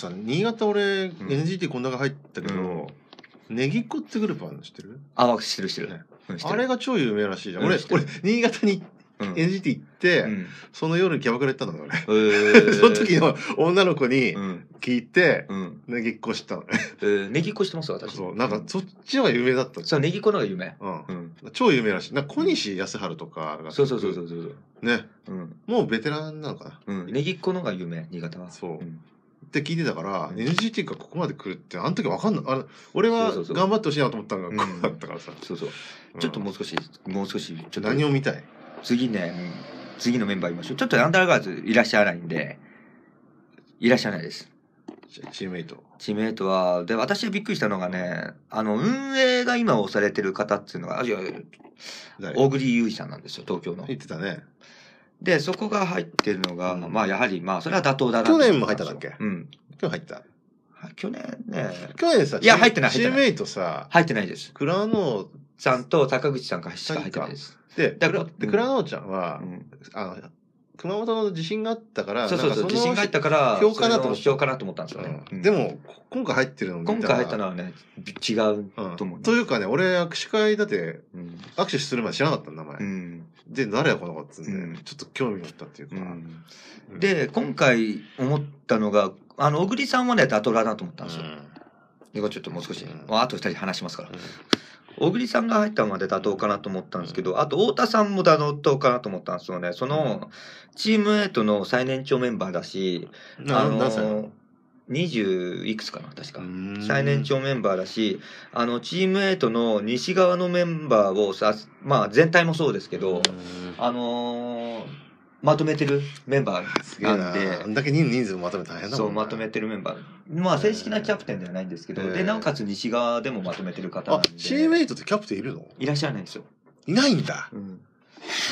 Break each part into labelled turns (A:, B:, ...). A: さ新潟俺、
B: ん
A: NGT こんだけ入ったけど、ネギっ子ってグループあるの知ってる
B: あ、わ知ってる知って
A: ね
B: る。うん知って
A: あ
B: る
A: れが超有名らしいじゃん、
B: うん
A: 俺
B: 知ってる
A: 俺新潟に
B: うん。
A: NGT 行って、
B: うん
A: その夜にキャバクラ行ったのよ俺
B: え ー
A: その時の女の子に
B: うん。
A: 聞いて、
B: うん。
A: ネギっ子知ったのね
B: えーネギっ子してます私。
A: そうなんかそっちの方が有名だった
B: そう、ネギっ子の方が有名。
A: うん
B: うん。
A: 超有名らしいなんか小西康晴とかが
B: そうそうそうそうそう。
A: ね
B: うん。
A: もうベテランなのかな
B: うん。ネギっ子の方が有名、新潟は。
A: そうんって聞いてたから、
B: うん
A: NGT がここまで来るってあの時分かんないあれ俺は
B: そうそうそう
A: 頑張ってほしいなと思ったのが
B: うん
A: こうだったからさ、
B: そうそう。
A: うん
B: ちょっともう少し、もう少し、ちょっと
A: 何を見たい
B: 次ね、次のメンバーいましょう。ちょっとアンダーガーズいらっしゃらないんで、いらっしゃらないです。
A: チチームメイト
B: 知名度は、で、私がびっくりしたのがね、あの、運営が今押されてる方っていうのが、あいや
A: 誰
B: 大栗優衣さんなんですよ、東京の
A: 言。ってたね
B: で、そこが入ってるのが、
A: うん
B: まあ、やはり、まあ、それは妥当だな。
A: 去年も入ったんだっけ
B: うん。
A: 今日入った
B: は去年ね、
A: 去年さ
B: いや
A: チー
B: 入ってない
A: チ
B: 入
A: ー
B: ってな
A: ム
B: い
A: メイトさ
B: 入ってないです。
A: 倉野
B: さんと坂口さんがしか入ってないです。
A: で
B: だ
A: くら
B: こ
A: で
B: うん
A: 倉野ちゃんは、
B: うん
A: あの熊本の地震があったから
B: そうそうそう、
A: なんか
B: 自
A: の
B: 信が入ったから、
A: 評価だと思った
B: それの評価だと思ったんですよね。
A: う
B: うんん
A: で、もこ今回入ってるの見たら
B: 今回入ったのはね、び違うと思う
A: う
B: ね
A: ん、というかね俺握手会だって
B: うん。
A: 握手する前知らなかったの名前、
B: うん。
A: で誰がこの子っつうんで、
B: うん
A: ちょっと興味持ったっていうか、
B: うんで、今回思ったのが、あの、小栗さんはね、ダトラだと思ったんですよ。でちょっともう少し、
A: うん
B: あと二人話しますから。小栗さんが入ったのまで妥当かなと思ったんですけど、あと太田さんも妥当かなと思ったんですよね。その、チームエイトの最年長メンバーだし、
A: うんな
B: あ
A: 何歳なの
B: の、20いくつかな、確か。
A: うん
B: 最年長メンバーだし、あの、チームエイトの西側のメンバーをさ、まあ全体もそうですけ
A: う
B: ど
A: ん、
B: あのーまとめてるメンバ
A: す
B: ー
A: げえ
B: なん
A: なあ
B: で、
A: んだけ人人数まとめたら大変だ
B: そ
A: もん
B: う、まとめてるメンバー。まあ、正式なキャプテンではないんですけど、
A: えー
B: で、なおかつ西側でもまとめてる方なん
A: あ
B: で。
A: チームメイトってキャプテンいるの
B: いらっしゃらないんですよ。
A: いないんだ
B: うん。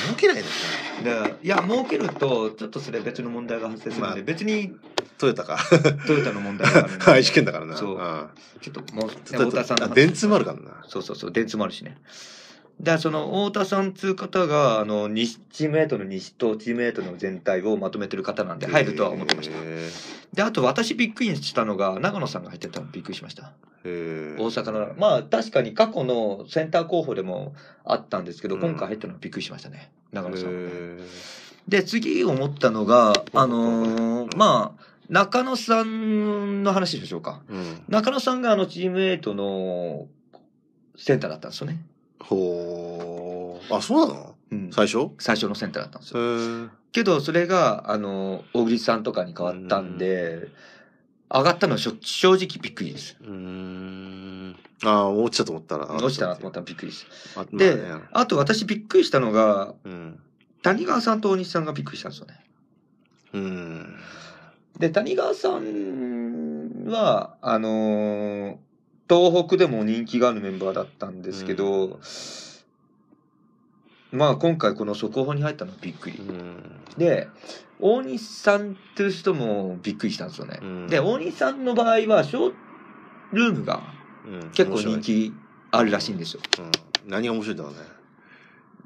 A: 儲けないのか
B: で、いや、儲けると、ちょっとそれ別の問題が発生するん
A: まあ
B: で、別に
A: なトヨタか
B: トヨタの問題があるんで。
A: 愛知県だからな
B: そうんちょっともう、ね
A: ちょっと
B: 太田さんの
A: あ電通もあるからな
B: そうそうそう、電通もあるしね。だからその太田さんっつう方があの西チームメイトの西とチームメイトの全体をまとめてる方なんで入るとは思ってました
A: へ。え
B: で、あと私びっくりしたのが、長野さんが入ってたのびっくりしました。
A: へえ
B: 大阪の、まあ確かに過去のセンター候補でもあったんですけど、
A: うん
B: 今回入ったのびっくりしましたね。長野さんはね、
A: へえ
B: で、次思ったのが、あのー
A: うん
B: まあ、中野さんの話でしょうか。
A: うん
B: 中野さんがあのチームエイトのセンターだったんですよね。
A: ほうあそうなの
B: うん
A: 最初
B: 最初のセンターだったんですよ。
A: へ
B: けど、それが、あの、小栗さんとかに変わったんで、上がったのはしょ正直びっくりです。
A: えうんああ落ちたと思ったら
B: 落ちたなと思ったらびっくりです。
A: あまあ
B: で
A: ね
B: あと私びっくりしたのが、
A: うん
B: 谷川さんと大西さんがびっくりしたんですよね。
A: うん
B: で、谷川さんは、あのー東北でも人気があるメンバーだったんですけど、まあ今回この速報に入ったのびっくり。
A: うん
B: で、大西さんという人もびっくりしたんですよね。
A: うん
B: で、大西さんの場合は、ショールームが
A: うん
B: 結構人気あるらしいんですよ。
A: うん何が面白いんだろうね。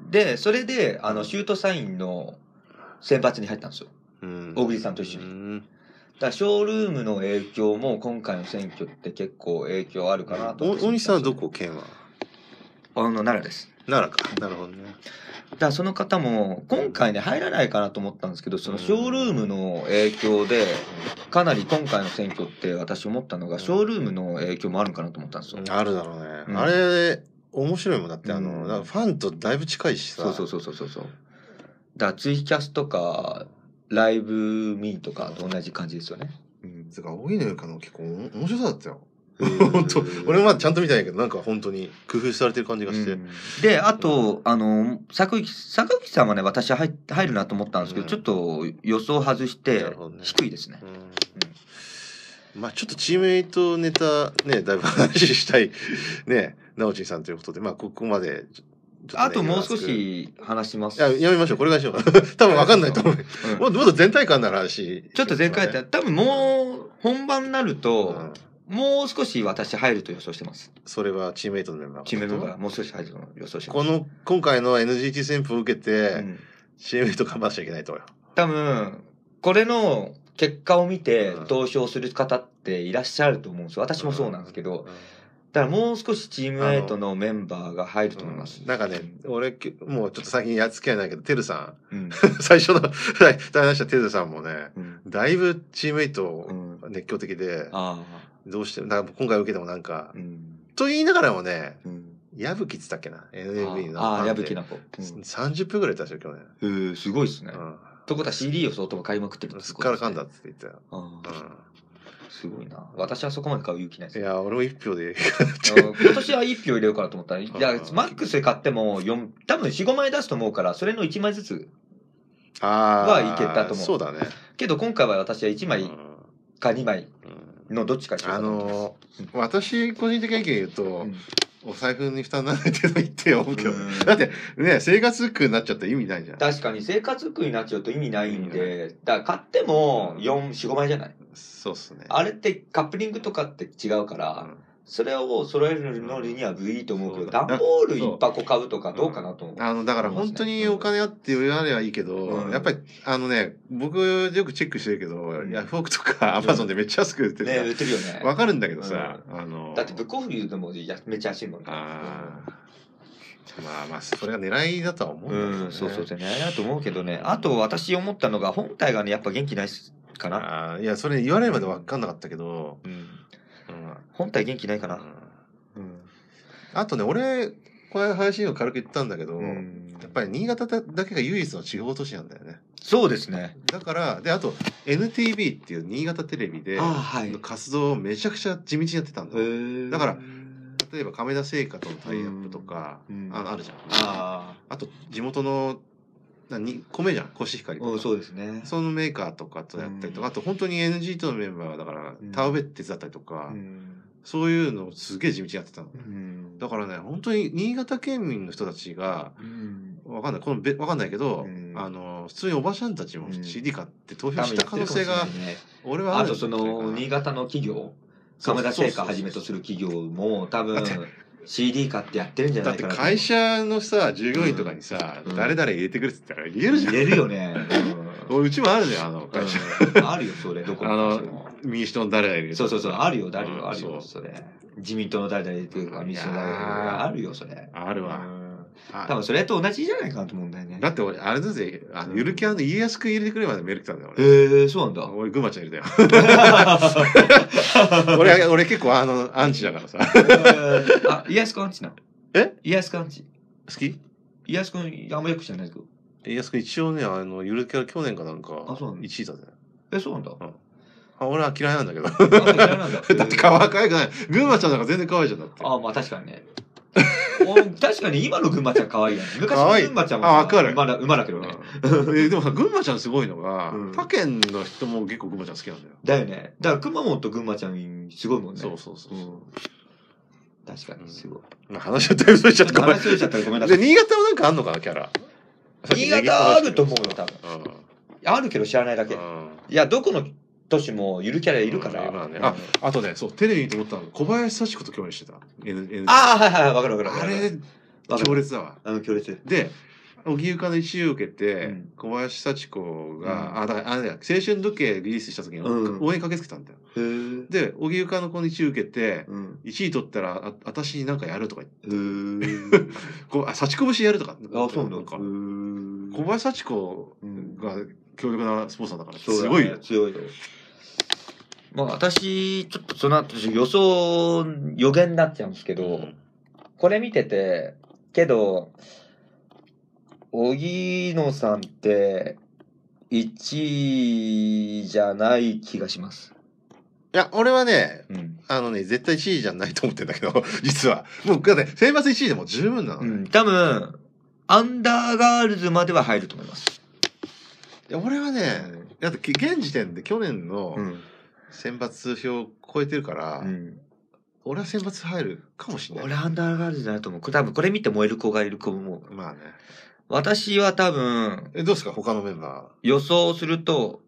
B: で、それで、あの、シュートサインの選抜に入ったんですよ。
A: うん
B: 小栗さんと一緒に
A: うん
B: だから、ショールームの影響も今回の選挙って結構影響あるかなと
A: お
B: 思って
A: 大西さんはどこ県は
B: あの、奈良です。
A: 奈良か。なるほどね。
B: だから、その方も、今回ね、入らないかなと思ったんですけど、そのショールームの影響で、かなり今回の選挙って私思ったのが、ショールームの影響もあるんかなと思ったんですよ。
A: あるだろうね。
B: うん
A: あれ、面白いもんだって、あの、
B: うん
A: なんかファンとだいぶ近いしさ。
B: そうそうそうそうそうそうだからツイキャスとかライブミーとかと同じ感じですよね、うん
A: つうか、大井のゆかの結構お面白そうだったよ。本当俺もまだちゃんと見てないけど、なんか本当に工夫されてる感じがして。
B: であとあの坂口坂口さんはね私入っ入るなと思ったんですけど、
A: うん
B: ちょっと予想外して
A: なるほどね
B: 低いですね
A: うんまあちょっとチームメイトネタね、だいぶ話したい、 ね、なおちんさんということで、まあここまで、ちょちょっね
B: あともう少。し話しま
A: い
B: す
A: や、やめましょう。これがしよう。 多分わかんないと思う。
B: うん
A: もっともっと全体感の話。
B: ちょっと前回やった多分もう本番になる
A: う
B: と、
A: ん
B: もう少し私入ると予想してます
A: それはチームメイトのメンバー。
B: チームメンバーがもう少し入ると予想してま
A: こ
B: す
A: の、今回の NGT 旋風を受けて、
B: うん
A: チームメイト頑張らなきゃいけないと思うよ。
B: 多分これの結果を見て
A: うん
B: 投票する方っていらっしゃると思うんですよ私もそうなんですけど、だからもう少しチームメイトのメンバーが入ると思います、
A: なんかね
B: う
A: 俺きもうちょっと最近やっつけないけどてるさ
B: うん
A: ん 最初のはい話したてるさんもね
B: うん
A: だいぶチームメイ
B: う
A: ト
B: ん
A: 熱狂的で、
B: あ
A: どうしてなんか今回受けてもなんか、
B: あうん
A: と言いながらもね
B: うん
A: 矢吹っつったっけな NMB の
B: ああ矢吹
A: の
B: 奈子、うん
A: 30分ぐらい出したよ去年、
B: えー、すごいですね、
A: うん
B: ということは CD を相当買いまくってるってことですす
A: っ
B: ね
A: からかんだっつって言ったよ、
B: あー
A: う
B: すごいな私はそこまで買う勇気ないです
A: ん、いや俺も一票で
B: あの今年は1票入れようかなと思ったら、いや
A: うん、
B: マックスで買っても4、多分4、5枚出すと思うから、それの1枚ずつ。
A: あ
B: はいけたと思う
A: そうだね、
B: けど今回は私は1
A: う
B: 枚
A: ん
B: か2枚
A: うん
B: のどっちかにしよう
A: あ
B: かなと思ってます
A: のー私個人的な意見言うと、
B: うん
A: お財布に負担にならない程度言ってよ思うけどね、
B: うん
A: だってね生活苦になっちゃったら意味ないじゃん
B: 確かに生活苦になっちゃうと意味ないんで、だから買っても4、4、5枚じゃない
A: そうっすね
B: あれってカップリングとかって違うか
A: う
B: ら、
A: ん
B: それを揃えるのには無理いいと思うけ
A: そ
B: ど、
A: うだ
B: 段ボール1箱買うとかどうかなと思う。
A: あのだから本当にお金あって余裕あればいいけど、
B: うん
A: やっぱりあのね僕よくチェックしてるけど、
B: ん
A: ヤフオクとかアマゾンでめっちゃ安く売って
B: ね、売
A: る
B: ってるよね
A: わ、。かるんだけどさ、あの
B: だってブックオフ言うてもいやめっちゃ安いもんね。
A: あーまあまあそれが狙いだとは思うんだけど、ね
B: うん、そうそうそうね。だと思うけどね。あと私思ったのが本体がねやっぱ元気ないっすかな。
A: あーいやそれ言われるまで分かんなかったけど、
B: うん、
A: うん
B: 本体元気ないかな
A: う。んあとね俺この間配信を軽く言ったんだけど、
B: うん
A: やっぱり新潟だけが唯一の地方都市なんだよね
B: そうですね。
A: だからであと NTV っていう新潟テレビで
B: あーはい
A: の活動をめちゃくちゃ地道にやってたんだよ、だから例えば亀田製菓とのタイアップとか、
B: うん
A: ああるじゃんあ
B: あ
A: と地元のなに米じゃんコシヒカリ
B: あ、う
A: と
B: ん
A: か
B: そうですね。
A: そのメーカーとかとやったりとか、
B: う
A: あ
B: ん
A: と本当に NG とのメンバーがだから、
B: うん
A: 田植え手伝ったりとか、
B: ん。
A: そういうのをすげえ地道にやってたの、
B: うん
A: だからね本当に新潟県民の人たちが
B: うん
A: わかんないこのべわかんないけど、
B: うん
A: あの普通におばちゃんたち
B: う
A: も
B: ん
A: CD 買って投票した可能性
B: 多
A: が
B: 分言ってるかもしれないね
A: 俺は
B: あ
A: る
B: と
A: んじ
B: そ
A: ゃないかな
B: の新潟の企業、亀田製菓はじめとする企業も多分
A: だって
B: CD 買ってやってるんじゃ
A: だっ
B: ない
A: て
B: かなと思う。
A: 会社のさ従業員とかにさ、
B: うん
A: 誰々入れてくれって言ったら言えるじゃん、
B: 言えるよね。うん
A: 俺うちもあるじゃんあの会社、
B: うんあるよ、それ、どこの会社も。
A: 民主党の誰々入れて
B: そうそうそう、あるよ、ある
A: う
B: よ、
A: ん
B: ある
A: そ
B: よ、
A: う
B: それ。自民党の誰々というか、民主党の誰々という
A: いや
B: か、
A: ー
B: あるよ、それ。
A: あ
B: あ
A: るわ、。あ
B: 多分それと同じじゃないかなと思うんだよね。
A: だって俺あれだぜあのゆるキャンの家康くん入れてくれまでメール来たんだよ
B: え
A: 俺
B: ー、そうなんだ。
A: 俺ぐまちゃん入れたよ 俺俺結構あのアンチだからさ好
B: あ、イエスコアンチな。
A: え
B: イエスコアンチ。
A: き
B: イエスコン、あんまよく知らないけど。
A: 家康くん一応ねあのゆるキャン去年かなんか
B: あそうなの
A: 1位だぜ
B: え、そう なんだ。
A: あ俺は嫌いなんだけど
B: あそう嫌いなんだ
A: だって可愛くないぐまちゃんなんか全然可愛いじゃんだって
B: あまあ確かにね。お確かに今の群馬ちゃん可愛い やん。昔の群馬ちゃんも
A: 可愛いあ
B: さ
A: わかる
B: 馬だ馬だけどね。
A: うんえでもさ群馬ちゃんすごいのが、
B: うん
A: 他県の人も結構群馬ちゃん好きなんだよ、
B: だよね。だから熊本と群馬ちゃんすごいもんね。
A: そうそうそう、
B: うん確かにすごい。
A: まあ話をだいぶそれちゃったごめん
B: 話しちゃったらごめんなさ
A: で
B: い。
A: 新潟はなんかあんのかなキャラ
B: 新潟あると思うよ、多分。
A: うんうん
B: あるけど知らないだけ。いや、どこの都市もゆるキャラいるか
A: う
B: ら。
A: んまあねああとねそうテレビにと思ったのが小林幸子と共演してた N- N-
B: ああ、はいはいはい、わかるわかるわ
A: あ
B: かる。
A: れ
B: わかる
A: 強烈だわ
B: あの、強烈。
A: で荻生かの一位を受けて、
B: うん
A: 小林幸子が、
B: うん
A: あだからあれだよ青春時計リリースした時に
B: うん
A: 応援駆けつけたんだよ、
B: へえ。
A: で荻生かの子の1位受けて
B: うん。
A: 1位取ったらあ私になんかやるとか言って
B: へえ。
A: こうあ幸子節やるとか
B: あ、そうなん
A: か
B: だ。
A: 小林幸子
B: うん
A: が強力なスポンサーだから、
B: そうだ
A: す
B: ね
A: ごいよ
B: 強いよ。まあ私、ちょっとその後予想、予言になっちゃうんですけど、これ見てて、けど、荻野さんって、1位じゃない気がします。
A: いや俺はね
B: うん。
A: あのね絶対1位じゃないと思ってんだけど 実はもうだって選抜1位でも十分なの、
B: う
A: ね
B: ん、多分、アンダーガールズまでは入ると思います。
A: いや俺はね、だって現時点で去年の
B: うん。
A: 選抜票を超えてるから、
B: うん。
A: 俺は選抜入るかもしれない、
B: 俺アンダーガールズじゃないと思う。これ多分これ見て燃える子がいる子も。
A: まあね
B: 私は多分、
A: えどうですか他のメンバ
B: 予想すると、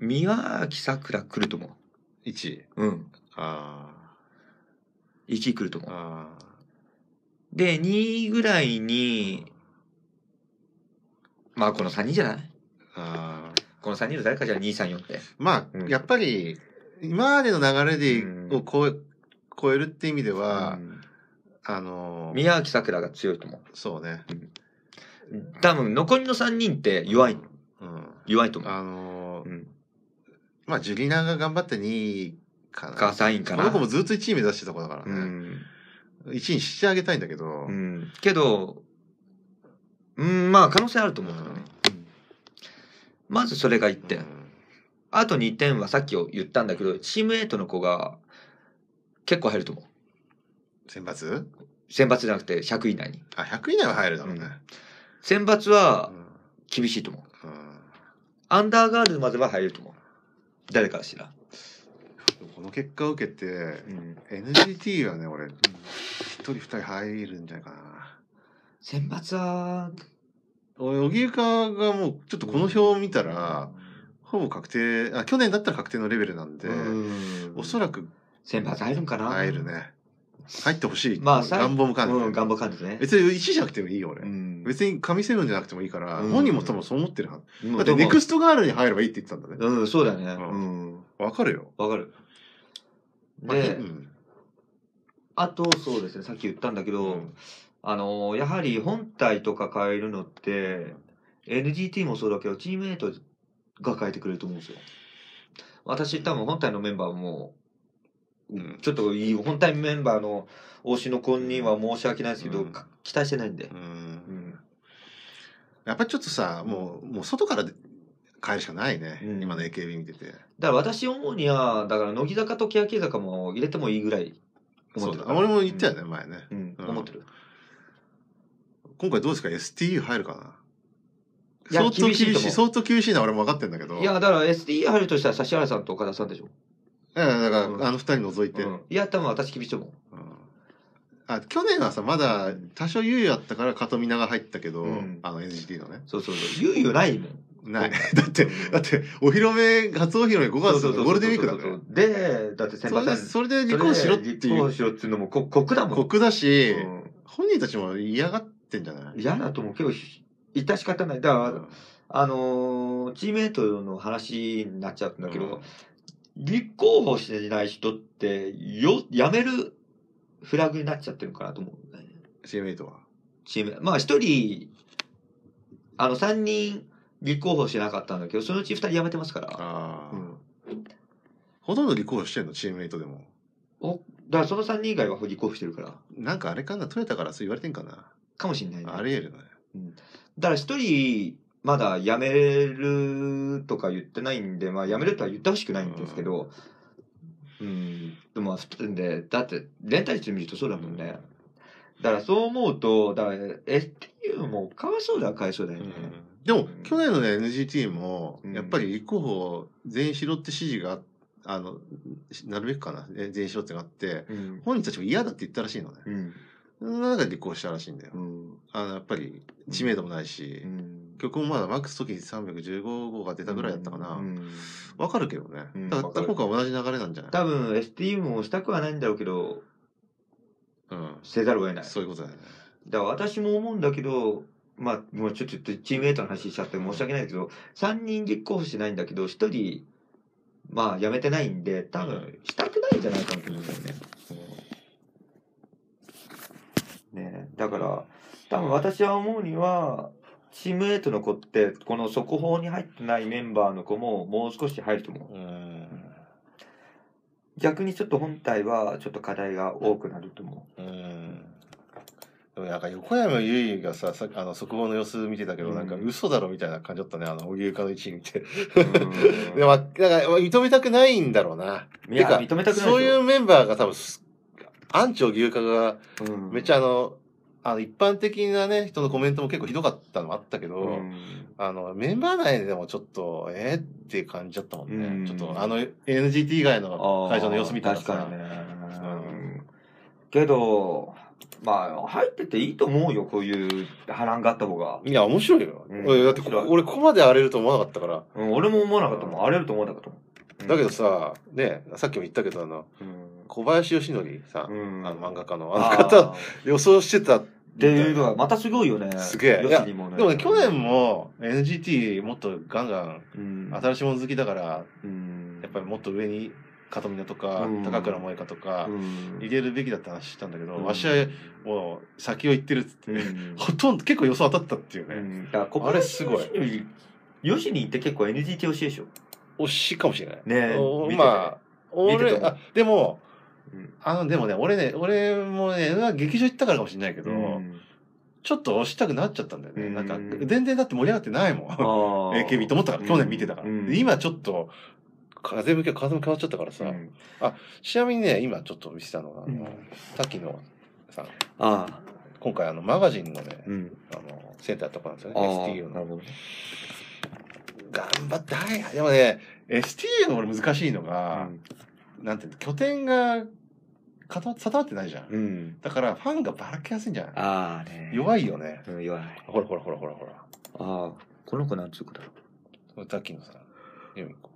B: 宮脇さくら来ると思
A: ー1位
B: う。うん。
A: あ
B: 1位来ると
A: ー
B: 思う。
A: あ
B: で、2位ぐらい
A: ー
B: に、まあこの3人じゃない
A: あー
B: この3人の誰かじゃあ234って。
A: まあ、
B: うん
A: やっぱり、今までの流れで
B: うん、
A: を超え、超えるって意味では
B: う、ん
A: あのー、
B: 宮脇さくらが強いと思う。
A: そうね。
B: 多分残りの3人って弱い、
A: うん。
B: 弱いと思う。
A: あの
B: う
A: ー、
B: ん。
A: まあ、ジュリナが頑張って2位かな。
B: か3位か
A: こ
B: な。
A: の子もずっと1位目指してた子だから
B: う
A: ね。
B: ん。
A: 1位にしてあげたいんだけど、
B: うん。けど、うん、まあ可能性あると思うけどね。まずそれが1点。
A: うん
B: あと2点はさっき言ったんだけど、チームエイトの子が結構入ると思う。
A: 選抜
B: 選抜じゃなくて100以内に。
A: あ、100位以内は入るだろうね。
B: 選抜
A: うん
B: は厳しいと思う。
A: うん
B: アンダーガールまでは入ると思う。誰からしら。
A: この結果を受けて、
B: うん。
A: NGT はね、俺、1人2人入るんじゃないかな。
B: 選抜は、
A: 俺、荻生川がもう、ちょっとこの表を見たら、ほぼ確定、あ、去年だったら確定のレベルなんで、おそ
B: らく
A: らく
B: 選抜入るんかな。
A: 入る。ね。入ってほしい。
B: まあ、
A: 願望も
B: か
A: 感
B: うん、
A: じて
B: 願
A: る。
B: 望感じね。
A: 別に1位じゃなくてもいいよ、俺。
B: うん
A: 別に神セブンじゃなくてもいいから、
B: うん
A: 本人も多分そう思ってるはず。
B: うん
A: だってネクストガールに入ればいいって言ってたんだね。
B: うん、そうだね。
A: う
B: うん。
A: わかるよ。
B: わかる。
A: まあ
B: で
A: う、ん
B: あと、そうですね、さっき言ったんだけど、あのやはり本体とか変えるのって、NGT もそうだけど、チームメイトが変えてくれると思うんですよ。私、多分本体のメンバーも、
A: うん
B: ちょっといい本体メンバーの推しの子には申し訳ないですけど、
A: うん
B: か期待してないんで
A: う。。
B: うんん。
A: やっぱりちょっとさ、もう、もう外からで変えるしかないね。
B: うん
A: 今の AKB 見てて。
B: だから私思うには、だから乃木坂と欅坂も入れてもいいぐらい思
A: そ
B: っ
A: う
B: てる
A: だ。
B: から
A: 俺も言ったよね、前ね。
B: うん、
A: うん
B: 思ってる。
A: 今回どうですか ?STU 入るかない
B: や
A: 相当厳し
B: 厳しいと
A: い、
B: 思う
A: 相当厳しいのは俺も分かってんだけど。
B: いや、だから SD 入るとしたら指原さんと岡田さんでしょ。
A: いやだから、
B: うん
A: あの二人除いて、
B: うんいや、多分私厳しいと思う。
A: うんあ。去年はさ、まだ多少猶予あったから、加藤美奈が入ったけど、
B: うん
A: あの NGT のね。
B: そうそうそう。猶予ないもん。
A: ない。
B: う
A: だって、
B: うん
A: だって、お披露目、初お披露目5
B: そう
A: 月
B: そう
A: の
B: そう
A: ゴールデンウィークだね。
B: で、だって先
A: それで、
B: 輩
A: それで離婚しろって
B: 離
A: い
B: 婚
A: う。
B: しろっていうのもこ酷だもん。
A: 酷だし、
B: うん
A: 本人たちも嫌がってんじゃない
B: 嫌だと思うけど、ひ致し方ない。だから、
A: うん
B: あのーチームメイトの話になっちゃうんだけ
A: うん
B: ど、立候補していない人って、よ、やめるフラグになっちゃってるかなと思うんだよね。
A: チームメイトは。
B: チーム、まあ一人、あの三人立候補してなかったんだけど、そのうち二人辞めてますから。
A: ああ、
B: うん。
A: ほとんど離婚してんの、チームメイトでも。
B: お、だからその三人以外は立候補してるから。
A: なんかあれかな、取れたからそう言われてんかな。
B: かもしれないね。
A: ありえるね。
B: だから一人、まだ辞めるとか言ってないんで、まあ辞めるとは言ってほしくないんですけど、うん、でもまあ普通で、だって、連帯率見るとそうだもんね。だからそう思うと、だから STU もかわいそうだはかわいそうだよね。
A: でも、去年のね、NGT も
B: う、ん
A: やっぱり立候補を全員しろって指示が、あの、なるべくかな、え全員しろってがあって、
B: うん。
A: 本人たちも嫌だって言ったらしいのね。
B: うん。
A: そんな中で立候補したらしいんだよ
B: う。ん。
A: あの、やっぱり知名度もないし、曲もまだマックス時に315号が出たぐらいだったかな。わ、
B: うん
A: かるけどね
B: う。ん
A: だか
B: わからる
A: 今回は同じ流れなんじゃない
B: 多分 STU もしたくはないんだろうけど、
A: うん。
B: せざるを得ない。
A: そういうことだよね。
B: だから私も思うんだけど、まあ、もうちょちょっとチームメイトの話しちゃって申し訳ないけど、3人立候補してないんだけど、1人、まあ、辞めてないんで、多分、したくないんじゃないかなと思うんだよね。ねえだから、多分私は思うには、チームメイトの子って、この速報に入ってないメンバーの子も、もう少し入ると思う。
A: うん。
B: 逆にちょっと本体は、ちょっと課題が多くなると思
A: うん。でもなんか横山由依がさ、さあの速報の様子見てたけど、
B: うん
A: なんか嘘だろみたいな感じだったね、あの、荻生かの位置見て。
B: う。
A: でも、なんか認めたくないんだろうな。
B: いや、
A: てか
B: 認めたくないでしょ
A: そういうメンバーが多分す、アンチ荻生かが、
B: うん
A: めっちゃあの、あの一般的なね、人のコメントも結構ひどかったのもあったけど、
B: うん
A: あの、メンバー内でもちょっと、えー、って感じだったもんね。
B: うん
A: ちょっと、あの、NGT 以外の会場の様子見たら
B: 確か
A: さ、
B: にね、
A: うん
B: けどまあ入ってていいと思うよこういう波乱があった方が、
A: いや、面白いよ。
B: うん
A: 俺だって
B: 面白い
A: 俺、ここまで荒れると思わなかったから。
B: うん、俺も思わなかったもん荒れると思わなかったもん、
A: だけどさ、ね、さっきも言ったけど、あの、
B: うん
A: 小林よしのりさん、
B: うん
A: あの漫画家の、あの
B: あ
A: 方、
B: ー
A: 予想してた
B: っていうのはまたすごいよね。
A: すげえ
B: よしにもね。
A: でもね、去年も NGT もっとガンガン
B: うん、
A: 新しいもの好きだから、
B: うん、
A: やっぱりもっと上に、片峰とか、
B: うん
A: 高倉萌香とか
B: う、
A: 入
B: ん、
A: れるべきだって話したんだけど、
B: うん
A: わしはもう先を行ってるっつって、
B: うん
A: ほとんど結構予想当たったっていう
B: う
A: ね、
B: ん、だからここ
A: あれすごい
B: い。ヨシニって結構 NGT 推しでしょ。
A: 惜しいかもしれない
B: ねえ
A: お
B: 見てて
A: まあ
B: 見て
A: 俺
B: ても
A: あでも
B: うん。
A: あのでもね俺ね俺もねうわ劇場行ったからかもしれないけど、
B: うん
A: ちょっと押したくなっちゃったんだよね、
B: うん
A: なんか全然だって盛り上がってないもん AKB と思ったから去年見てたから、で、今ちょっと風向きが風も変わっちゃったからさ、
B: あーうん
A: ちなみにね今ちょっと見せたのがあ
B: うん
A: の滝野さん
B: ああ、
A: 今回あのマガジンのね、
B: うん。
A: あのセンターとかなんですよ
B: あ
A: ね
B: あ
A: STU の
B: なるほどね。
A: 頑張ってはいでもね STU の俺難しいのが、なんていうの拠点が固ま定まってないじゃん、
B: うん。
A: だからファンがばらけやすいんじゃない
B: ああね。
A: 弱
B: い。
A: いよね
B: うん、弱い。
A: ほらほらほらほらほら
B: ああ、この子なんつう子だろ
A: これ滝野さん由美子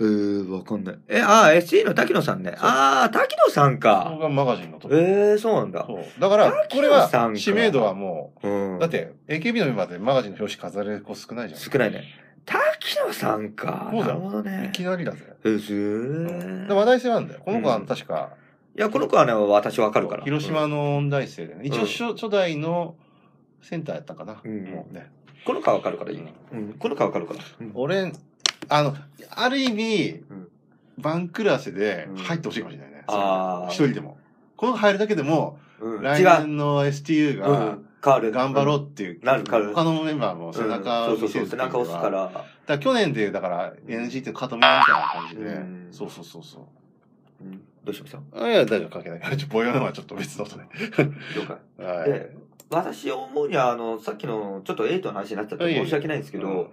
B: う。へえ、わかんない。え、ああ、SE の滝野さんね。ああ、滝野さん
A: ここ
B: か。
A: がマガジンのとこ、
B: ええ、そうなんだ。
A: そうだからこれは
B: 滝野さんか
A: 知名度はもう
B: うん。
A: だっ、て AKB のメンバーでマガジンの表紙飾れる子少ないじゃん
B: 少ないね。滝野さんか。
A: そう
B: な
A: だ
B: る
A: よ
B: ほどね
A: い。きなりだぜ、
B: え、す
A: うん
B: ー
A: で話題性なんだよこの子は
B: うん
A: 確か、
B: いや、この子はね、私わかるから。
A: 広島の音大生でね一応
B: うん
A: 初,、初代のセンターやったかな、
B: うん
A: もうね
B: この子はわかるからいいね。うん、この子はわかるから。
A: 俺あのある意味、
B: うん
A: 番狂わせで
B: うん
A: 入ってほしいかもしれないね、
B: あー
A: 一人でもこの子入るだけでも、
B: うん、
A: 来
B: 違う。
A: 年の STU
B: う
A: が
B: ん、変わる。
A: 頑張ろ
B: う
A: うっていう、
B: なるから
A: 他のメンバーも
B: ん。
A: 背中
B: う
A: を
B: んそ
A: 見
B: うそ
A: せ
B: う
A: る
B: そう、背中押すか。
A: だからら去年でだから NGT の片目みたいな感じで、
B: うん
A: そうそうそうそう
B: うん、どうしました
A: あいや、大丈夫、関係ないから。ちょボヨンはちょっと別の音で。
B: 了解。
A: はい。
B: で、私思うには、あの、さっきのちょっとエイトの話になっちゃって
A: いえいえ
B: 申し訳ないんですけど、
A: うん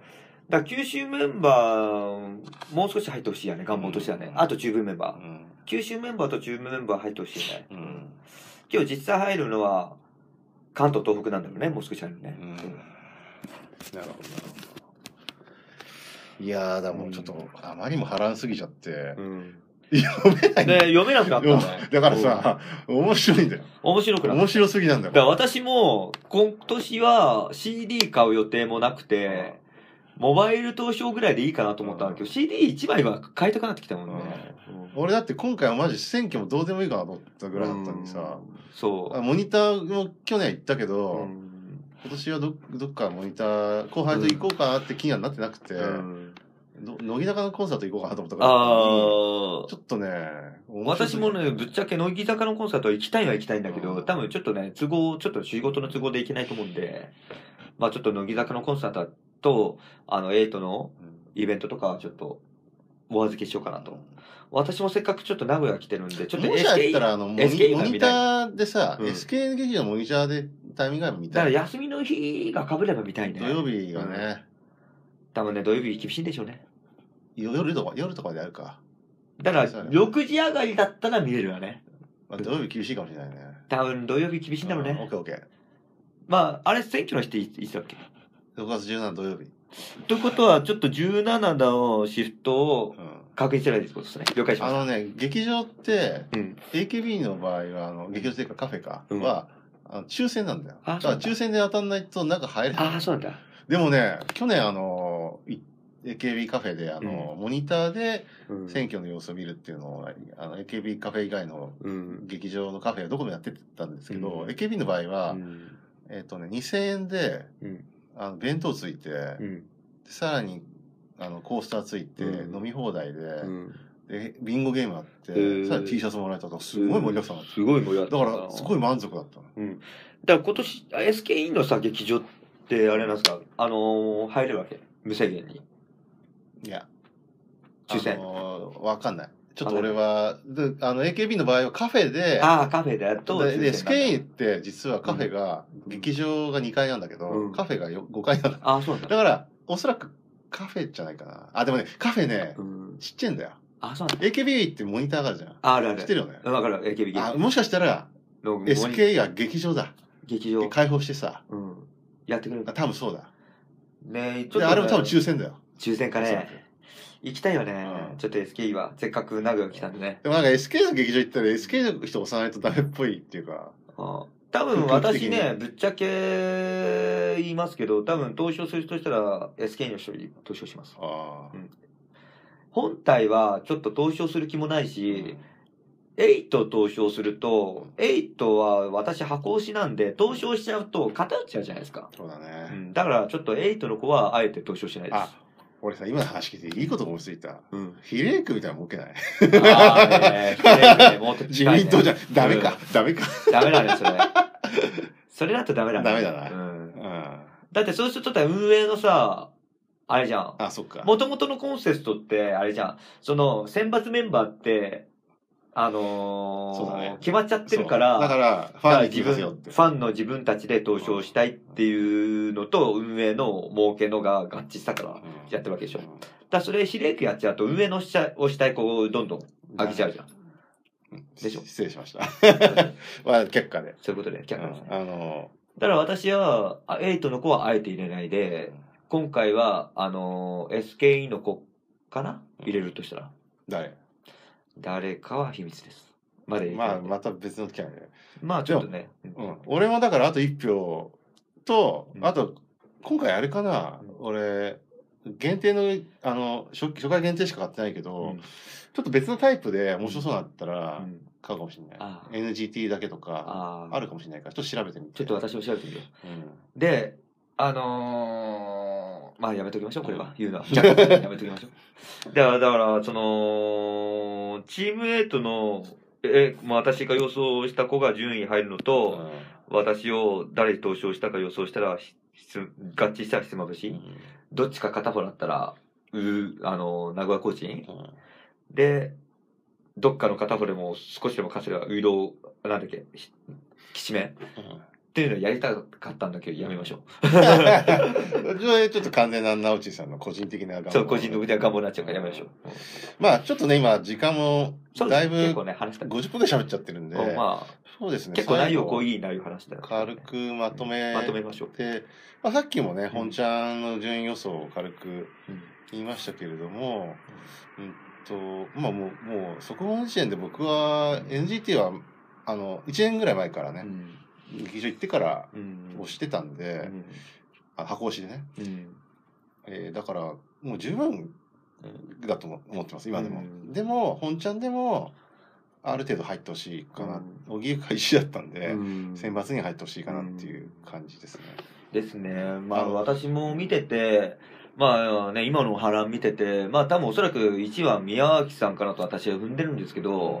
B: だから九州メンバー、もう少し入ってほしいよね、願望としてはね。
A: うん
B: あと中部メン
A: う
B: バー。
A: ん。
B: 九州メンバーと中部メンバー入ってほしいね。
A: うん。
B: 今日実際入るのは、関東、東北なんだろうね、もう少し入るね。
A: うん。なるほど、なるほど。いやー、だからもうちょっと、あまりにも波乱すぎちゃって
B: う、ん。
A: 読めないん
B: で、
A: だよ。
B: 読めなくなったんだね。
A: だからさ、面白いんだよ。
B: 面白くなった
A: 面白すぎなんだ
B: だから
A: よ。
B: 私も、今年は CD 買う予定もなくて、モバイル投票ぐらいでいいかなと思ったんだけど、CD1 枚は買いたくなってきたもんね。うん
A: 俺だって今回はマジ選挙もどうでもいいかなと思ったぐらいだったのにさ、。
B: そ
A: あモニターも去年行ったけ
B: う。
A: ど、
B: うん
A: 今年はどどっかモニター後輩と行こうかなって気にはなってなくて、
B: うん
A: の乃木坂のコンサート行こうかなと思った
B: あ
A: から
B: あ
A: ちょっとね面白すぎ
B: 私もね、ぶっちゃけ乃木坂のコンサートは行きたいは行きたいんだけ
A: う
B: ど、
A: ん
B: 多分ちょっとね、都合、ちょっと仕事の都合で行けないと思うんで、まあちょっと乃木坂のコンサートと、あの、エイトの
A: うん
B: イベントとかはちょっとお預けしようかなと。私もせっかくちょっと名古屋来てるんで、ちょっと
A: もしあったらあのモニ
B: SK
A: モニターでさ、
B: うん
A: SK 劇場のモニターでタイミングが見
B: だか
A: た
B: ら
A: い
B: 休みの日が被れば見たいね。
A: 土曜。日がね、
B: 多分ね、土曜日厳しいんでしょうね。
A: 夜とか夜とかでやるか、
B: だから、
A: そうだね
B: 6時上がりだったら見れるわね。
A: まあ、土曜日厳しいかもしれないね
B: 多分土曜日厳しいんだろう
A: うんオッ
B: ね。
A: ケーオッケー
B: まあ、あれ選挙の日っていついつだっけ
A: 6月17土曜日、
B: ということは、ちょっと17のシフトを
A: うん、
B: 確認してないということですね。了解しま
A: あ
B: し
A: のね劇場って
B: た。うん。
A: AKB の場合はあの劇場っていうかカフェか、
B: うん
A: はあの抽選なんだよ
B: あ
A: だから抽選で当たんないと中入れない
B: ああ、そうなんだ。
A: でもね、去年あの、い AKB カフェであの、モニターで
B: うん
A: 選挙の様子を見るっていうのを、あの AKB カフェ以外の
B: うん。
A: 劇場のカフェはどこもやってたんですけど、
B: うん
A: AKB の場合は、
B: うん
A: えっ、とね、2000円で
B: うん。
A: あの弁当ついて、
B: うん。
A: でさらにあのコースターついて、
B: うん
A: 飲み放題で,、
B: うん
A: で、ビンゴゲームあって、
B: ー
A: さらに T シャツもらえたと、すごい盛りだくさんだっ。
B: すごい盛り上がったた
A: だ
B: な。
A: から、すごい満足だったの。
B: だから今年、SKE のさ、劇場って、あれなんですか、あのー入れるわけ無制限に。
A: いや、
B: 抽選
A: あのわかんない。ちょっと俺は、であの AKB の場合はカフェで、
B: ああ、カフェでやっと。
A: でで
B: 抽
A: ス
B: 選なんだ
A: ケインって実はカフェが、
B: うん
A: 劇場が2階なんだけど、
B: うん
A: カフェがよ5階なんだ
B: ああ、そうなん
A: だ
B: だ。
A: からおそらくカフェじゃないかなあでもねカフェね
B: うん。
A: ちっちゃいんだよ
B: ああ、そうなんだ。
A: AKB ってモニターがあるじゃん
B: あるある。
A: 知ってるよね
B: うんわかる、AKB 劇
A: あ
B: 場。
A: もしかしたら
B: の森
A: SK が劇場だ
B: 劇場。
A: 解放してさ
B: うん。やってくれる
A: あ多分そうだ
B: ねえ、ちょっと
A: で
B: ね。
A: あれも多分抽選だよ
B: 抽選か
A: おそらく
B: ね。行きたいよね
A: う。ん
B: ちょっと SKE は、せっかく名古屋来たんでね。
A: でもなんか SK の劇場行ったら SK の人押さないとダメっぽいっていうか
B: あ多分
A: 空気的に
B: 私ね、ぶっちゃけ言いますけど、多分投資をするとしたら SK の人に投資をします。
A: ああ、
B: 本体はちょっと投資をする気もないし、8投資をすると、8は私箱推しなんで、投資をしちゃうと偏っちゃうじゃないですか。
A: そうだね、
B: うんだからちょっと8の子はあえて投資をしないです
A: あ。俺さ今の話聞いていいこと思いついた
B: うん。
A: 比例区みたいなの儲け ない
B: あーねそれねもっと
A: 自
B: 近いね
A: 民党じゃダメか、ダメか
B: ダメなんです よね。それだとダメなん
A: ダメだな
B: うん
A: うんあ
B: だってそうするとちょっと運営のさ、あれじゃん。
A: そっか
B: もともとのコンセプトって、あれじゃん。その、選抜メンバーって、あのー
A: そうだね
B: 決まっちゃってるか、
A: そうだかららファンに聞かせようって
B: ファンの自分たちで投票したいっていうのと、運営の儲けのが合致したから、だか
A: うん
B: やってるわけでしょ
A: うん
B: らそれ、比例区やっちゃうと、運営の押したい、押したい子をどんどん上げちゃうじゃん。でしょ
A: 失礼しました
B: そう
A: まあ結果で、
B: そういうことで、
A: う
B: 却下ですね
A: ん、あの
B: だから私は、あエイトの子はあえて入れないで、今回は、あのー SKE の子かな入れるとしたら。
A: 誰
B: 誰かは秘密です。まだ入れて
A: ま
B: ない
A: あまた別の機会で、
B: まあちょっとね。
A: うん、俺もだからあと1票と、
B: うん
A: あと今回あれかな、
B: う
A: 俺限定のあの初初回限定しか買ってないけど、
B: うん
A: ちょっと別のタイプで面白そうなったら
B: うん
A: 買うかもしれない、
B: あ
A: NGT だけとか
B: あ
A: あ
B: あ
A: るかもしれないからちょっと調べてみて
B: ちょっと、私も調べてみよ
A: うん
B: う。で、あのーまあやめときましょう、これは。言うのは。やめときましょう。だから、だからその、チームエイトの、え、まあ私が予想した子が順位入るのと、私を誰に投資をしたか予想したら、ひひ合致したらひつまぶし、
A: うん
B: どっちか片方だったら、うーあの、名古屋コーチン
A: うん
B: で、どっかの片方でも少しでも稼げば、ウイロー、なんだっけ、ひきしめんっ
A: うん
B: ていうのやりたかったんだけど、やめましょう。
A: それちょっと完全な直ちさんの個人的な願望
B: そう、個人の腕は願望になっちゃうからやめましょう。うん
A: まあちょっとね今時間も
B: そうです
A: だいぶ
B: 結構ね、話した。
A: 50分ぐらい喋っちゃってるんで、
B: うんまあ、
A: そうですね
B: 結構内容、こう
A: 最後
B: いい内容話したよね
A: 軽くまとめ
B: まとめましょう。
A: て、まあ、さっきもね、
B: ん
A: 本ちゃんの順位予想を軽く
B: うん
A: 言いましたけれども、うんとまあもうもうそこの時点で僕は NGT はあの1年ぐらい前から
B: う
A: ね
B: ん。
A: 劇場行ってから
B: うん
A: 押してたんで、
B: うん
A: あ箱押しでね、
B: うん。
A: えーだからもう十分だと思思ってます今でも、
B: うん
A: でも本ちゃんでもある程度入ってほしいか
B: う
A: なん荻生が1だったんで、
B: うん
A: 選抜に入ってほしいかなっていう感じですね、
B: ですね。ま
A: あ
B: あ
A: の
B: 私も見てて、まあね、今の波乱見てて、まあ多分おそらく1は宮脇さんかなと私は踏んでるんですけど、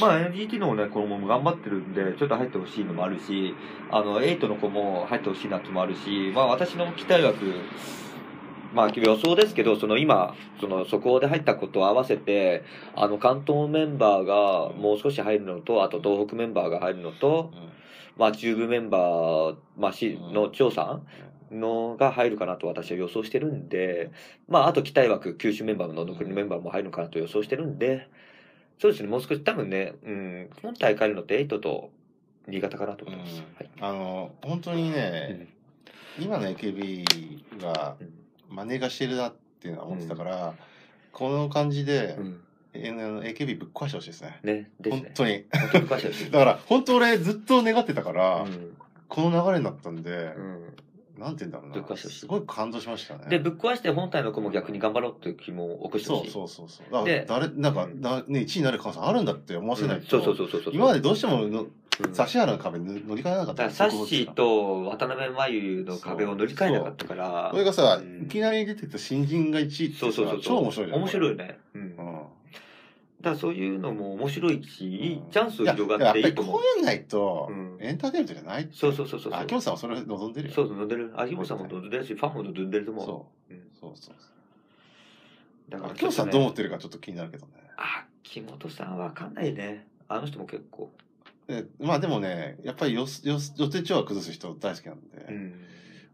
B: まあ NGT のね、このまま頑張ってるんで、ちょっと入ってほしいのもあるし、あの、エイトの子も入ってほしいなってのもあるし、まあ私の期待枠、まあ予想ですけど、その今、その速報で入ったことを合わせて、あの関東メンバーがもう少し入るのと、あと東北メンバーが入るのと、
A: うん
B: まあ中部メンバー、まあし
A: うん
B: の長さん、のが入るかなと私は予想してるんで、まあ、あと期待枠、九州メンバーの残りのメンバーも入るのかなと予想してるんで、そうですね、もう少し、多分ね、うん、今大会のって8と新潟かなと
A: う
B: 思
A: ん
B: います。はい。
A: あの本当にね、今の AKB が
B: うん
A: マネがしてるなっていうのは思ってたから、この感じで、
B: うん
A: えあの AKB ぶっ壊してほしいですね
B: ね、です
A: 本
B: ね。
A: 当に
B: 本当に詳しい です
A: だから本当俺ずっと願ってたから、
B: うん
A: この流れになったんで、
B: うん
A: なんて言うんだろ
B: ぶ
A: う
B: っ壊
A: な
B: してほしい
A: すごい感動しましたね
B: で、ぶっ壊して本体の子も逆に頑張ろうという気も起こして
A: そ
B: ほ
A: う
B: しい。
A: そうそうそうだか
B: で
A: ら誰なんか、
B: うん
A: だね1位になる可能性あるんだって思わせない
B: ん
A: と、
B: そうそうそうそうそう。
A: 今までどうしてもの
B: うん
A: 指原の壁に乗り換えなかっ
B: だか
A: た
B: らサッシーと渡辺真由の壁を乗り換えなかったから
A: これ、がさ、
B: うん
A: いきなり出てきた新人が1位ってさ
B: そうそうそうそう。
A: 超面白いじゃん
B: 面白いよね。うん
A: う。ん
B: だからそういうのも面白いし、いい
A: うん
B: チャンスを広がっていいと思う
A: や。やっぱりこうやんないと、
B: うん
A: エンターテインメントじゃないって
B: そうそうそうそう。
A: 秋元さんはそれ望んでるよ
B: そうそう、飲んでる。秋元さんも飲んでるし、ファンも飲んでると思う。
A: そう,、
B: うん
A: そうそう
B: だから
A: 秋元さん
B: ち
A: ど
B: ょ
A: う
B: っ
A: 思っ
B: とね
A: てるかちょっと気になるけどね
B: 秋元さんわかんないね。あの人も結構。
A: でまあでもねやっぱりよすよす予定調和崩す人大好きなんで、
B: ん。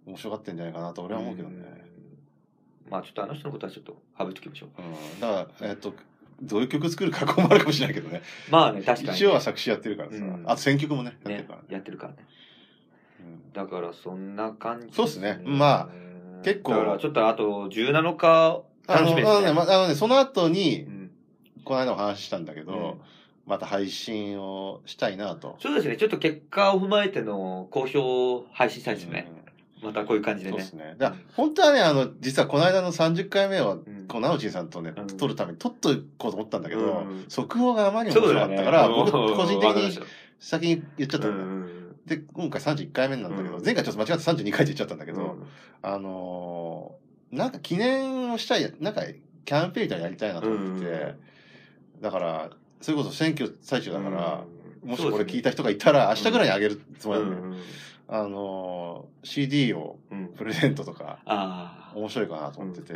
A: 面白がってんじゃないかなと俺は思うけどね、
B: うん。まあちょっとあの人のことはちょっと省いておきましょう。
A: うん、だから、えっと、どういう曲作るか困るかもしれないけどね。
B: まあね、確かに。
A: 一応は作詞やってるからさ、
B: うん
A: あと選曲もね、やってる
B: ね
A: からね。、
B: やってるからね。
A: うん
B: だからそんな感じ。
A: そうっすねまあ
B: うん、
A: 結構
B: だからちょっとあと17日、
A: あ
B: 楽
A: の
B: しみで
A: あ
B: す
A: のね
B: ね。
A: まあのね、その後に
B: う、ん
A: この間も話したんだけど、また配信をしたいなと。
B: そうですね。ちょっと結果を踏まえての公表を配信したいですね。またこういう感じ
A: うん
B: で
A: そうで
B: ね
A: す。ね。だから本当はね、あの、実はこの間の30回目は、
B: うん
A: こう、なおちんさんとね
B: うん、
A: 撮るために撮っとこうと思ったんだけど
B: うん、
A: 速報があまりに面白かったから、僕、個人的に先に言っちゃったのね
B: うん
A: で、今回31回目なんだけど、
B: うん
A: 前回ちょっと間違って32回って言っちゃったんだけど、
B: うん
A: あのーなんか記念をしたい、なんかキャンペーンみたいなのやりたいなと思ってて、
B: うん
A: だから、それこそ選挙最中だから、
B: うん
A: もしこれ聞い
B: た
A: た人がいたら、明日ぐらいにあげるつも
B: う
A: り
B: ん
A: なんだよねあのー CD を
B: うん
A: プレゼントとか、
B: ああ。
A: 面白いかなと思ってて、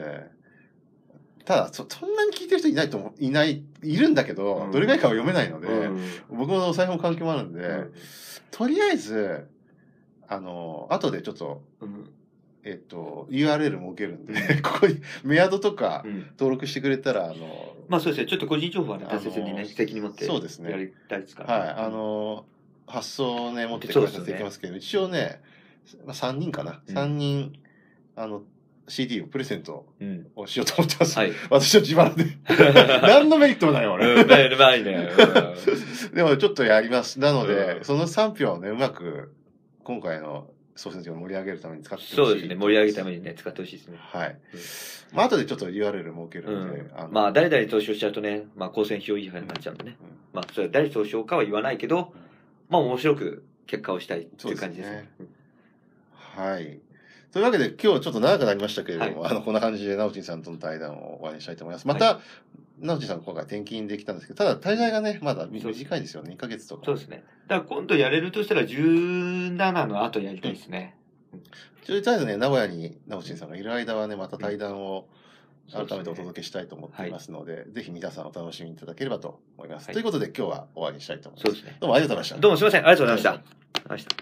A: ただそ、そんなに聞いてる人いないと思う、いない、いるんだけど、
B: うん
A: どれぐらいかは読めないので、
B: うん
A: 僕のお財布の関係もあるんで、とりあえず、あの、後でちょっと、
B: うん
A: えっと、URL 設けるんで、 ここにメアドとか
B: うん
A: 登録してくれたら、あの、
B: まあそうですね。ちょっと個人情報はね、大切に
A: あ
B: ね、
A: の
B: 責任持って。
A: そうですね
B: やりたいですから。
A: はい、あの、発送をね、持ってくれさせていきますけど、一応ね、まあ、3人かな。
B: うん
A: 3人、あの、CD をプレゼント
B: うん。
A: をしようと思ってます。
B: はい。
A: 私は自腹 で。何のメリットも ないよ、俺。
B: うん、ないないね。
A: でもちょっとやります。なので、
B: うん
A: その3票をね、うまく、今回の総選挙を盛り上げるために使ってほしい。
B: そうですね。盛り上げるためにね、使ってほしいですね。
A: はい。まあ、後でちょっと URL 設け
B: う
A: るんで、
B: ん
A: あの
B: まあ、誰々投資をしちゃうとね、まあ、公選票違反になっちゃうんでね。
A: うん
B: まあ、それは誰投資をかは言わないけど、まあ、面白く結果をしたいっていう感じですね。
A: はい。というわけで、今日ちょっと長くなりましたけれども、あの、こんな感じで、直ちんさんとの対談を終わりにしたいと思います。また、直ちんさん今回転勤できたんですけど、ただ、滞在がね、まだ短いですよね、2ヶ月とか。
B: そうですね。だから今度やれるとしたら17の後やりたいですね。
A: とりあえずね、名古屋に直ちんさんがいる間はね、また対談を、改めてお届けしたいと思っていますので、ぜひ皆さんお楽しみいただければと思います。
B: はい
A: ということで今日は終わりにしたいと思い
B: そ
A: ま
B: う
A: す。
B: ですね。
A: どうもありがとうございました。
B: どうもすいません。ありがとうございました。ありがとうございました。